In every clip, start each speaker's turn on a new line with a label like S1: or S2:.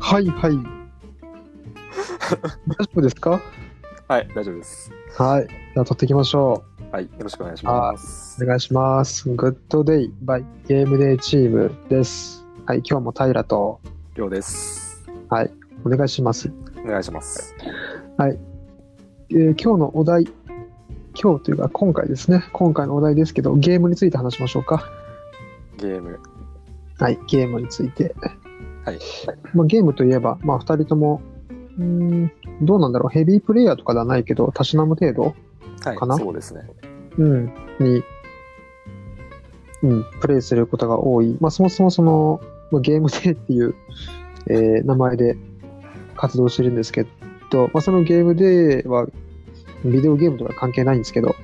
S1: はいはい。大丈夫ですか
S2: はい、大丈夫です。
S1: はい。じゃあ、撮っていきましょ
S2: はい、よろしくお願いします。
S1: う。お願いします。グッドデイ by ゲームデイチームです。はい、今日も平と、
S2: りょうです。
S1: はい、お願いします。
S2: お願いします。
S1: えー今日のお題、今日というか今回ですね、今回のお題ですけど、ゲームについて話しましょうか。
S2: ゲーム。
S1: はい、ゲームについて。
S2: はい。
S1: まあ、ゲームといえば、まあ、2人とも、うーん、どうなんだろう、ヘビープレイヤーとかではないけど、たしなむ程度
S2: はい、
S1: かな
S2: そうですね。
S1: うん、に、うん、プレイすることが多い。まあ、そもそもその、まあ、ゲームデーっていう、 えー名前で活動してるんですけど、まあ、そのゲームデーは、ビデオゲームとか関係ないんですけど、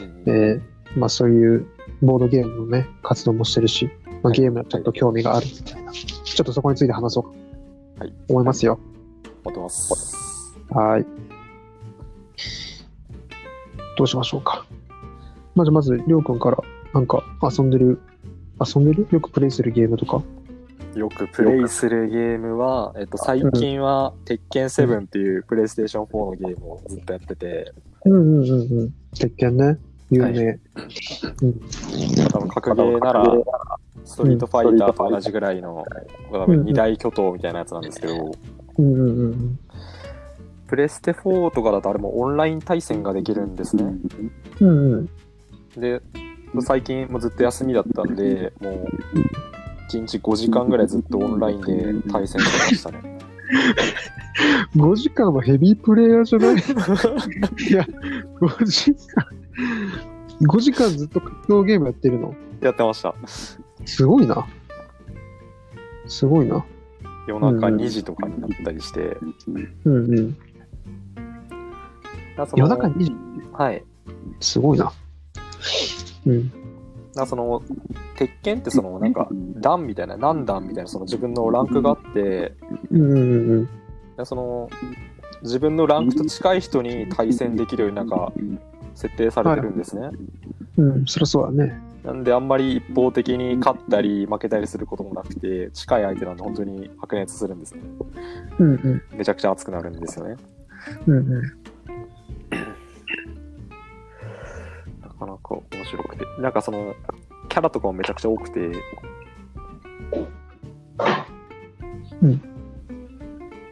S2: うん
S1: えーまあ、そういうボードゲームのね、活動もしてるし、まあ、ゲームにちょっと興味があるみたいな。ちょっとそこについて話そうか。
S2: はい
S1: 思いますよ。
S2: 持ってます。
S1: はい。どうしましょうか。まず、まず、りょうくんから、なんか、遊んでる、遊んでるよくプレイするゲームとか。
S2: よくプレイするゲームは、えっと、最近は、鉄拳7っていうプレイステーション4のゲームをずっとやってて、
S1: うんうんうんうん。鉄拳ね。有名。
S2: 多分格ゲーなら、ストリートファイターと同じぐらいの、多分二大巨頭みたいなやつなんですけど、
S1: うんうんうん
S2: プレステ4とかだとあれもオンライン対戦ができるんですね。
S1: うん。うんうん。
S2: で最近もうずっと休みだったんでもう1日5時間ぐらいずっとオンラインで対戦してましたね
S1: 5時間はヘビープレイヤーじゃない いや、5時間。5時間ずっと格闘ゲームやってるの。
S2: やってました
S1: すごいな。すごいな。
S2: 夜中
S1: うんうん
S2: 2時とかになったりして、
S1: うんうん。
S2: だからその
S1: 夜中2時。
S2: はい
S1: すごいな。うん。
S2: なその鉄拳ってそのなんか段みたいな何段みたいなその自分のランクがあって
S1: うんうんうん。
S2: でその自分のランクと近い人に対戦できるようになんか設定されてるんですね、
S1: うん、そりゃそうだね。
S2: なんであんまり一方的に勝ったり負けたりすることもなくて近い相手なんで本当に白熱するんですね
S1: うんうん
S2: めちゃくちゃ熱くなるんですよね。
S1: うんうん。
S2: なかなか面白くて。なんかその、キャラとかもめちゃくちゃ多くて。
S1: うん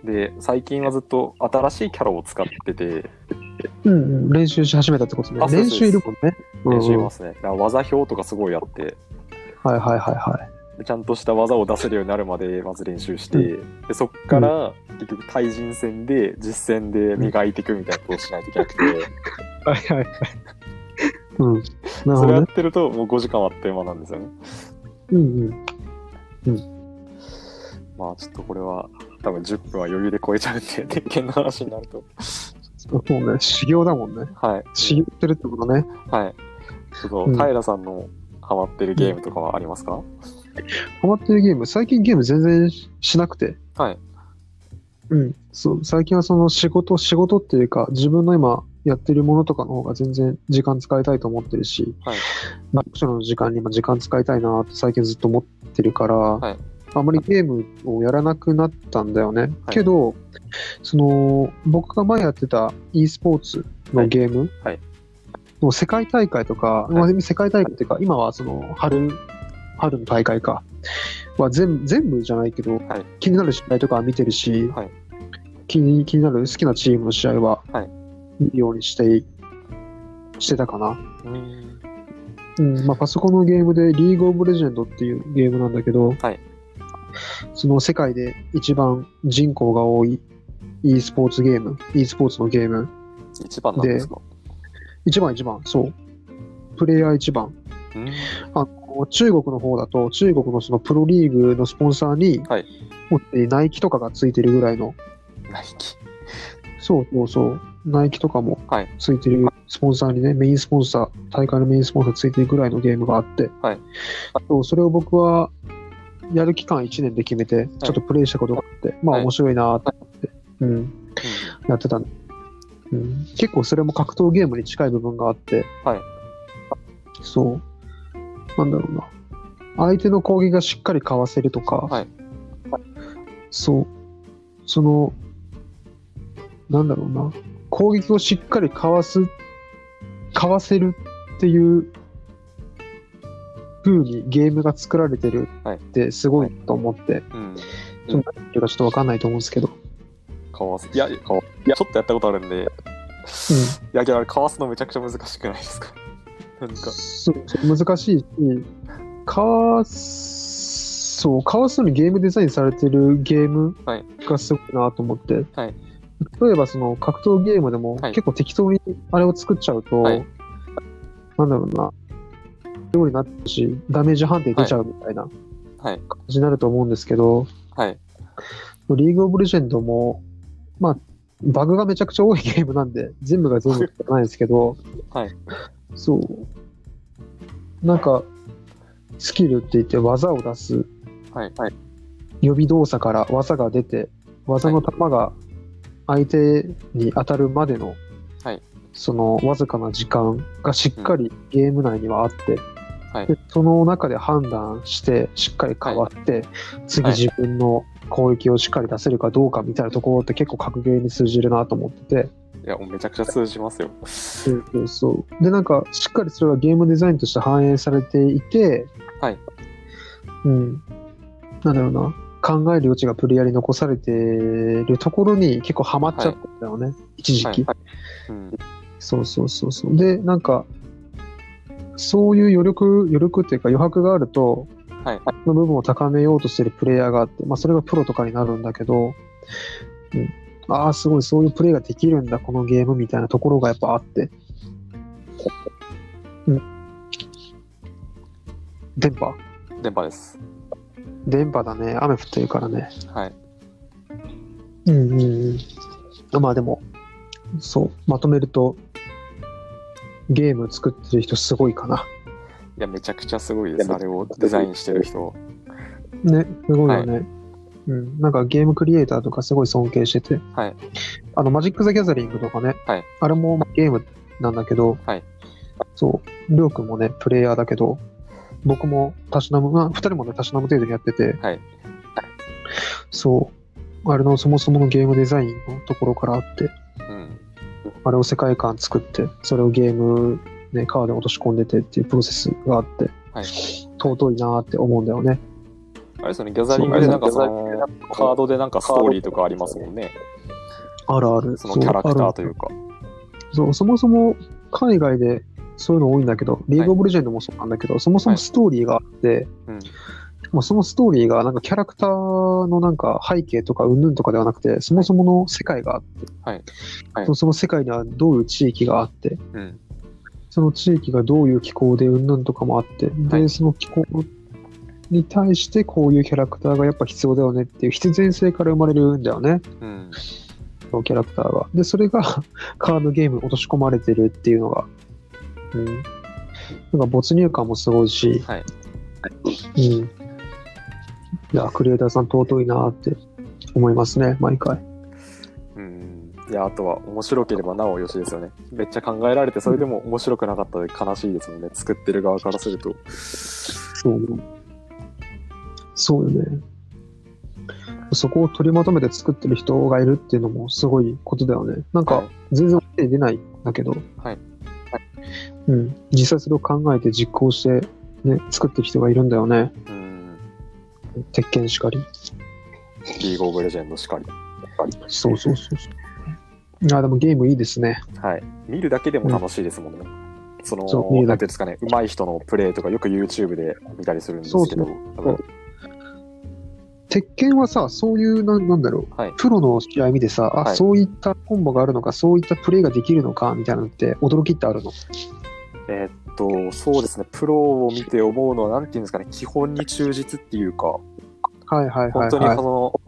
S2: で、最近はずっと新しいキャラを使ってて、
S1: うんうん、練習し始めたってことね
S2: あ。そうで
S1: 練
S2: す
S1: 習いるもんね。。
S2: 練習いますすね。だから技表とかすごいやって、
S1: はいはいはいはい。
S2: でちゃんとした技を出せるようになるまでまず練習して、でそっから結局対人戦で実戦で磨いていくみたいなことをしないといけなくて、
S1: はいはいはい。うん。なる
S2: そ
S1: ほ
S2: れや
S1: ど
S2: っ
S1: ね。
S2: てるともう5時間あっという間なんですよね。
S1: うんうん。
S2: まあちょっとこれは多分10分は余裕で超えちゃうんで、鉄拳の話になると。
S1: そうね、修行だもんね。
S2: はい。
S1: 修行ってるってことね。
S2: はい。ちょ
S1: う
S2: っと
S1: ん
S2: 平さんのハマってるゲームとかはありますか、
S1: ハマってるゲーム、最近ゲーム全然しなくて。
S2: はい。
S1: うん。そう、最近はその仕事、仕事っていうか、自分の今やってるものとかの方が全然時間使いたいと思ってるし、
S2: はい
S1: まあ読書の時間に今時間使いたいなって最近ずっと思ってるから、
S2: い
S1: あまりゲームをやらなくなったんだよね。
S2: はい
S1: けど、その、僕が前やってた e スポーツのゲーム、
S2: はいはい
S1: の世界大会とか、
S2: い
S1: まあ世界大会っていうか、今はその春、春の大会か、は全部全部じゃないけど、
S2: はい
S1: 気になる試合とかは見てるし、
S2: はい
S1: 気に気になる好きなチームの試合は
S2: はい
S1: 見るようにして、してたかな。
S2: うん。
S1: うんまあ、パソコンのゲームでリーグオブレジェンドっていうゲームなんだけど、
S2: はい
S1: その世界で一番人口が多い e スポーツゲーム、e スポーツのゲーム、
S2: 一番なんですか
S1: 一番一番、そう。プレイヤー一番。
S2: うん。
S1: 中国の方だと、中国のそのプロリーグのスポンサーに、
S2: はい
S1: もうえナイキとかがついてるぐらいの、
S2: ナイキ。
S1: そうそうそう、ナイキとかも
S2: はい
S1: ついてるスポンサーにね、メインスポンサー、大会のメインスポンサーついてるぐらいのゲームがあって、
S2: はい
S1: そうそれを僕はやる期間1年で決めて、ちょっとプレイしたことがあって、まあ
S2: はい
S1: 面白いなと思って、うん、やってたの、うん。結構それも格闘ゲームに近い部分があって、
S2: はい
S1: そう、なんだろうな、相手の攻撃がしっかりかわせるとか、
S2: はい
S1: そう、その、なんだろうな、攻撃をしっかりかわす、かわせるっていう風にゲームが作られてるってすごいと思って、
S2: うん。
S1: その何言ってるかちょっとわかんないと思うんですけど、
S2: かわす。いや、いや、ちょっとやったことあるんで、いや、けどあれ、かわすのめちゃくちゃ難しくないですかなんか、
S1: そうそう難しいし、かわす、そう、かわすのにゲームデザインされてるゲーム
S2: はい
S1: がすごいなと思って、
S2: はい
S1: 例えばその格闘ゲームでも
S2: はい
S1: 結構適当にあれを作っちゃうと、
S2: はい
S1: なんだろうな、料理になってるし、ダメージ判定出ちゃうみたいな
S2: はい。
S1: 感じになると思うんですけど、
S2: はい。
S1: リーグオブレジェンドも、まあ、バグがめちゃくちゃ多いゲームなんで、全部が全部じゃないですけど、
S2: はい
S1: そう。なんか、スキルって言って技を出す、
S2: はい。はい。
S1: 予備動作から技が出て、技の球が相手に当たるまでの、
S2: はい
S1: そのわずかな時間がしっかりゲーム内にはあって、
S2: はい
S1: でその中で判断して、しっかり変わって、次
S2: はい
S1: 自分の攻撃をしっかり出せるかどうかみたいなところって結構格ゲーに通じるなと思ってて、
S2: いや、もうめちゃくちゃ通じますよ。
S1: そうそうそう。で、なんか、しっかりそれはゲームデザインとして反映されていて、
S2: はい。
S1: うん。なんだろうな。考える余地がプレイヤーに残されてるところに結構ハマっちゃったんだよね、一時期、
S2: はい。はいうん。
S1: そうそうそうそう。で、なんか、そういう余力、余力っていうか余白があると、
S2: はい。
S1: の部分を高めようとしてるプレイヤーがあって、まあ、それがプロとかになるんだけど、うん、ああ、すごい、そういうプレイができるんだ、このゲームみたいなところがやっぱあって。うん、電波
S2: 電波です。
S1: 電波だね。雨降ってるからね。
S2: はい。
S1: うんうんうん。まあでも、そう、まとめると、ゲーム作ってる人すごいかな。
S2: いや、めちゃくちゃすごいです。あれをデザインしてる人。
S1: ね、すごいよね。うん、なんかゲームクリエイターとかすごい尊敬してて、
S2: はい
S1: あのマジック・ザ・ギャザリングとかね、
S2: はい
S1: あれもゲームなんだけど、
S2: はい
S1: そう、りょうくんもね、プレイヤーだけど、僕もたしなむ、まあ、2人もね、たしなむ程度にやってて、
S2: はい
S1: そう、あれのそもそものゲームデザインのところからあって、
S2: うん。
S1: あれを世界観作って、それをゲーム、ね、カードに落とし込んでてっていうプロセスがあって、
S2: はい
S1: 尊いなーって思うんだよね。
S2: あれそのギャザリングでなんかそのカードでなんかストーリーとかありますもんね。
S1: あるある。
S2: そのキャラクタ
S1: そうあ
S2: ー
S1: る
S2: というか。
S1: そうそもそも海外でそういうの多いんだけど、リーグ・オブ・レジェンドもそうなんだけど、そもそもストーリーがあって、
S2: うん。
S1: まあ、そのストーリーがなんかキャラクターのなんか背景とか云々とかではなくて、そもそもの世界があって、
S2: はいはい
S1: そその世界にはどういう地域があって、
S2: うん。
S1: その地域がどういう気候で云々とかもあって、で、
S2: はい
S1: その気候に対してこういうキャラクターがやっぱ必要だよねっていう必然性から生まれるんだよね。
S2: うん。
S1: のキャラクターが。で、それが カードゲームに落とし込まれてるっていうのが、うん。なんか没入感もすごいし、
S2: はい。
S1: うん。いや、クリエイターさん尊いなって思いますね、毎回。
S2: うん。いや、あとは面白ければなおよしですよね。めっちゃ考えられて、それでも面白くなかったら悲しいですもんね。作ってる側からすると。
S1: そう。そうよね。そこを取りまとめて作ってる人がいるっていうのもすごいことだよね。なん
S2: は
S1: か
S2: い、
S1: 全然手出ないんだけど、
S2: はいはい
S1: うん、実際それを考えて実行して、ね、作ってる人がいるんだよね。
S2: うん。
S1: 鉄拳しかり。
S2: リーグオブレジェンドしかり。
S1: そうそうそうそう。あでもゲームいいですね。
S2: はい。見るだけでも楽しいですもんね。その、
S1: そう見る
S2: なん
S1: だ
S2: ていうんですかね、上手い人のプレイとか、よく YouTube で見たりするんですけ
S1: そ
S2: ど、多
S1: そ
S2: 分
S1: う鉄拳はさ、そういうな、なんだろう、
S2: はい
S1: プロの試合見てさ、あ、
S2: はい
S1: そういったコンボがあるのか、そういったプレイができるのか、みたいなのって、驚きってあるの。
S2: えーっと、そうですね、プロを見て思うのは、なんていうんですかね、基本に忠実っていうか、
S1: はいはいは
S2: 本
S1: い、
S2: 当にそ
S1: はい。
S2: の、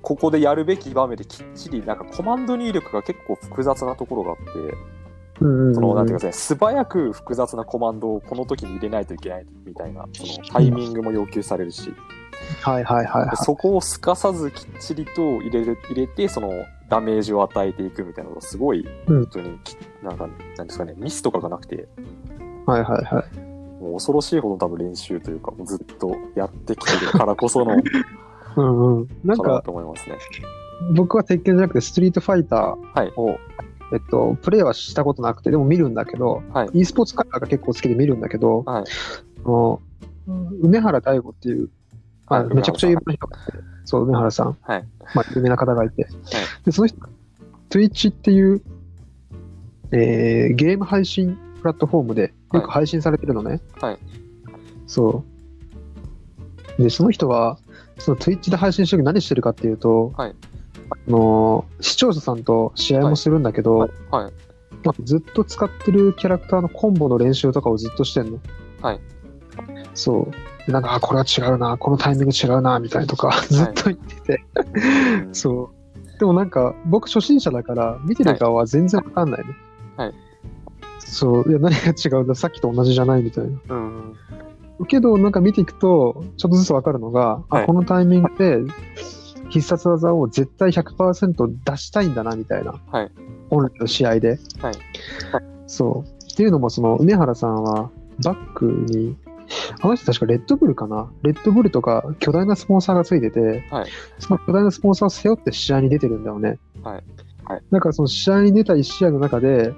S2: ここでやるべき場面できっちり、なんかコマンド入力が結構複雑なところがあって、
S1: うんうん
S2: その、なんていううんんですかね、素早く複雑なコマンドをこの時に入れないといけないみたいな、そのタイミングも要求されるし、
S1: はいはいはいはい。
S2: そこをすかさずきっちりと入れる入れてそのダメージを与えていくみたいなのがすごい、
S1: うん
S2: 本当にきなんかなんですかねミスとかがなくて
S1: はいはいはい。
S2: もう恐ろしいほど多分練習という かもうずっとやってきてるからこその
S1: うんうん。なん
S2: かな
S1: か、
S2: と思いますね。
S1: 僕は鉄拳じゃなくてストリートファイタ
S2: はい
S1: ーを、えっと、プレイはしたことなくて、でも見るんだけど、
S2: はい
S1: e スポーツカラーが結構好きで見るんだけど、
S2: はい
S1: あの梅原大吾っていう、まあ、
S2: はい
S1: めちゃくちゃ有名な人がいて、そう、梅原さん、
S2: はい
S1: まあ、有名な方がいて、でその人、Twitch っていう、えーゲーム配信プラットフォームでよく配信されてるのね。
S2: はい
S1: そう。で、その人は、その Twitch で配信してる時何してるかっていうと、
S2: はい
S1: あの視聴者さんと試合もするんだけど、
S2: はい
S1: なんかずっと使ってるキャラクターのコンボの練習とかをずっとしてんの。
S2: はい。
S1: そう。でなんか、あ、これは違うな、このタイミング違うな、みたいなとか、 ずっと言ってて、
S2: うん
S1: そう。でもなんか、僕初心者だから、見てる側は全然わかんないね。
S2: はい。
S1: そう、いや、何が違うんだ、さっきと同じじゃないみたいな。
S2: うん
S1: けど、なんか見ていくと、ちょっとずつわかるのが、
S2: はい
S1: あ、このタイミングで、必殺技を絶対100%出したいんだな、みたいな。
S2: はい
S1: 本来の試合で。
S2: はい
S1: そう。っていうのも、その、梅原さんは、バックに、あの人確かレッドブルかなレッドブルとか巨大なスポンサーがついてて、
S2: はい
S1: その巨大なスポンサーを背負って試合に出てるんだよね。
S2: はいはい
S1: だからその試合に出た1試合の中で、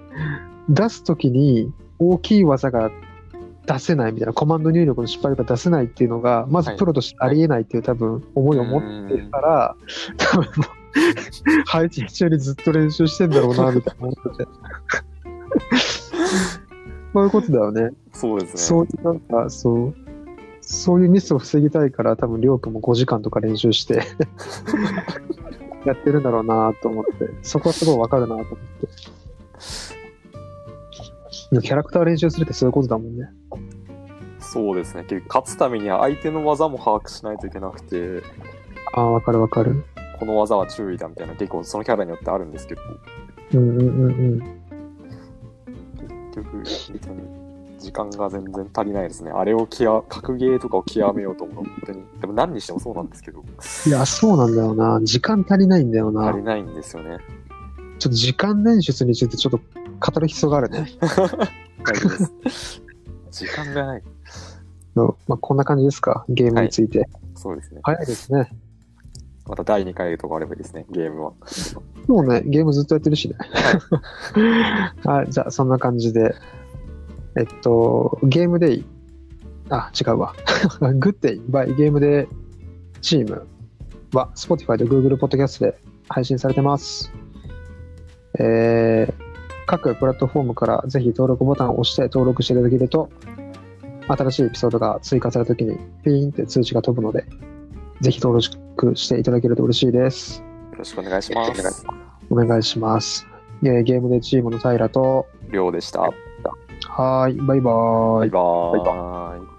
S1: 出すときに大きい技が出せないみたいな、コマンド入力の失敗が出せないっていうのが、まず
S2: はい
S1: プロとしてありえないっていう多分思いを持ってたら、多分もう配置中にずっと練習してんだろうな、みたいな思ってて。そういうことだよね。
S2: そうですね
S1: そういうなんか、そう、そういうミスを防ぎたいから、多分りょうくんも5時間とか練習して、やってるんだろうなと思って、そこはすごいわかるなと思って。でもキャラクターを練習するってそういうことだもんね。
S2: そうですね結局勝つためには相手の技も把握しないといけなくて
S1: ああ、わかるわかる。
S2: この技は注意だみたいな結構そのキャラによってあるんですけど
S1: うんうんうんうん。
S2: 結局本当に時間が全然足りないですねあれを極格ゲーとかを極めようと思う本当にでも何にしてもそうなんですけど
S1: いや、そうなんだよな。時間足りないんだよな。
S2: 足
S1: ちょ
S2: りないんですよね
S1: っと時間捻出についてちょっと語る必要があるね。
S2: 大丈夫です時間がない
S1: のまあ、こんな感じですか、ゲームについて。
S2: そうですね
S1: 早いですね。
S2: また第2回とかあればいいですねゲームは
S1: もうね、ゲームずっとやってるしね。はい、 じゃあそんな感じで。えっと、ゲームデイ。あ、違うわ。 グッデイ by ゲームデイチームは Spotify と Google Podcast で配信されてます。えー各プラットフォームからぜひ登録ボタンを押して登録していただけると、新しいエピソードが追加されたときにピーンって通知が飛ぶので、ぜひ登録していただけると嬉しいです。
S2: よろしくお願いします
S1: お願いします。えーゲームでチームの平と、
S2: りょうでした
S1: はーい、バイバーイ
S2: バイバ
S1: バイ
S2: ーイ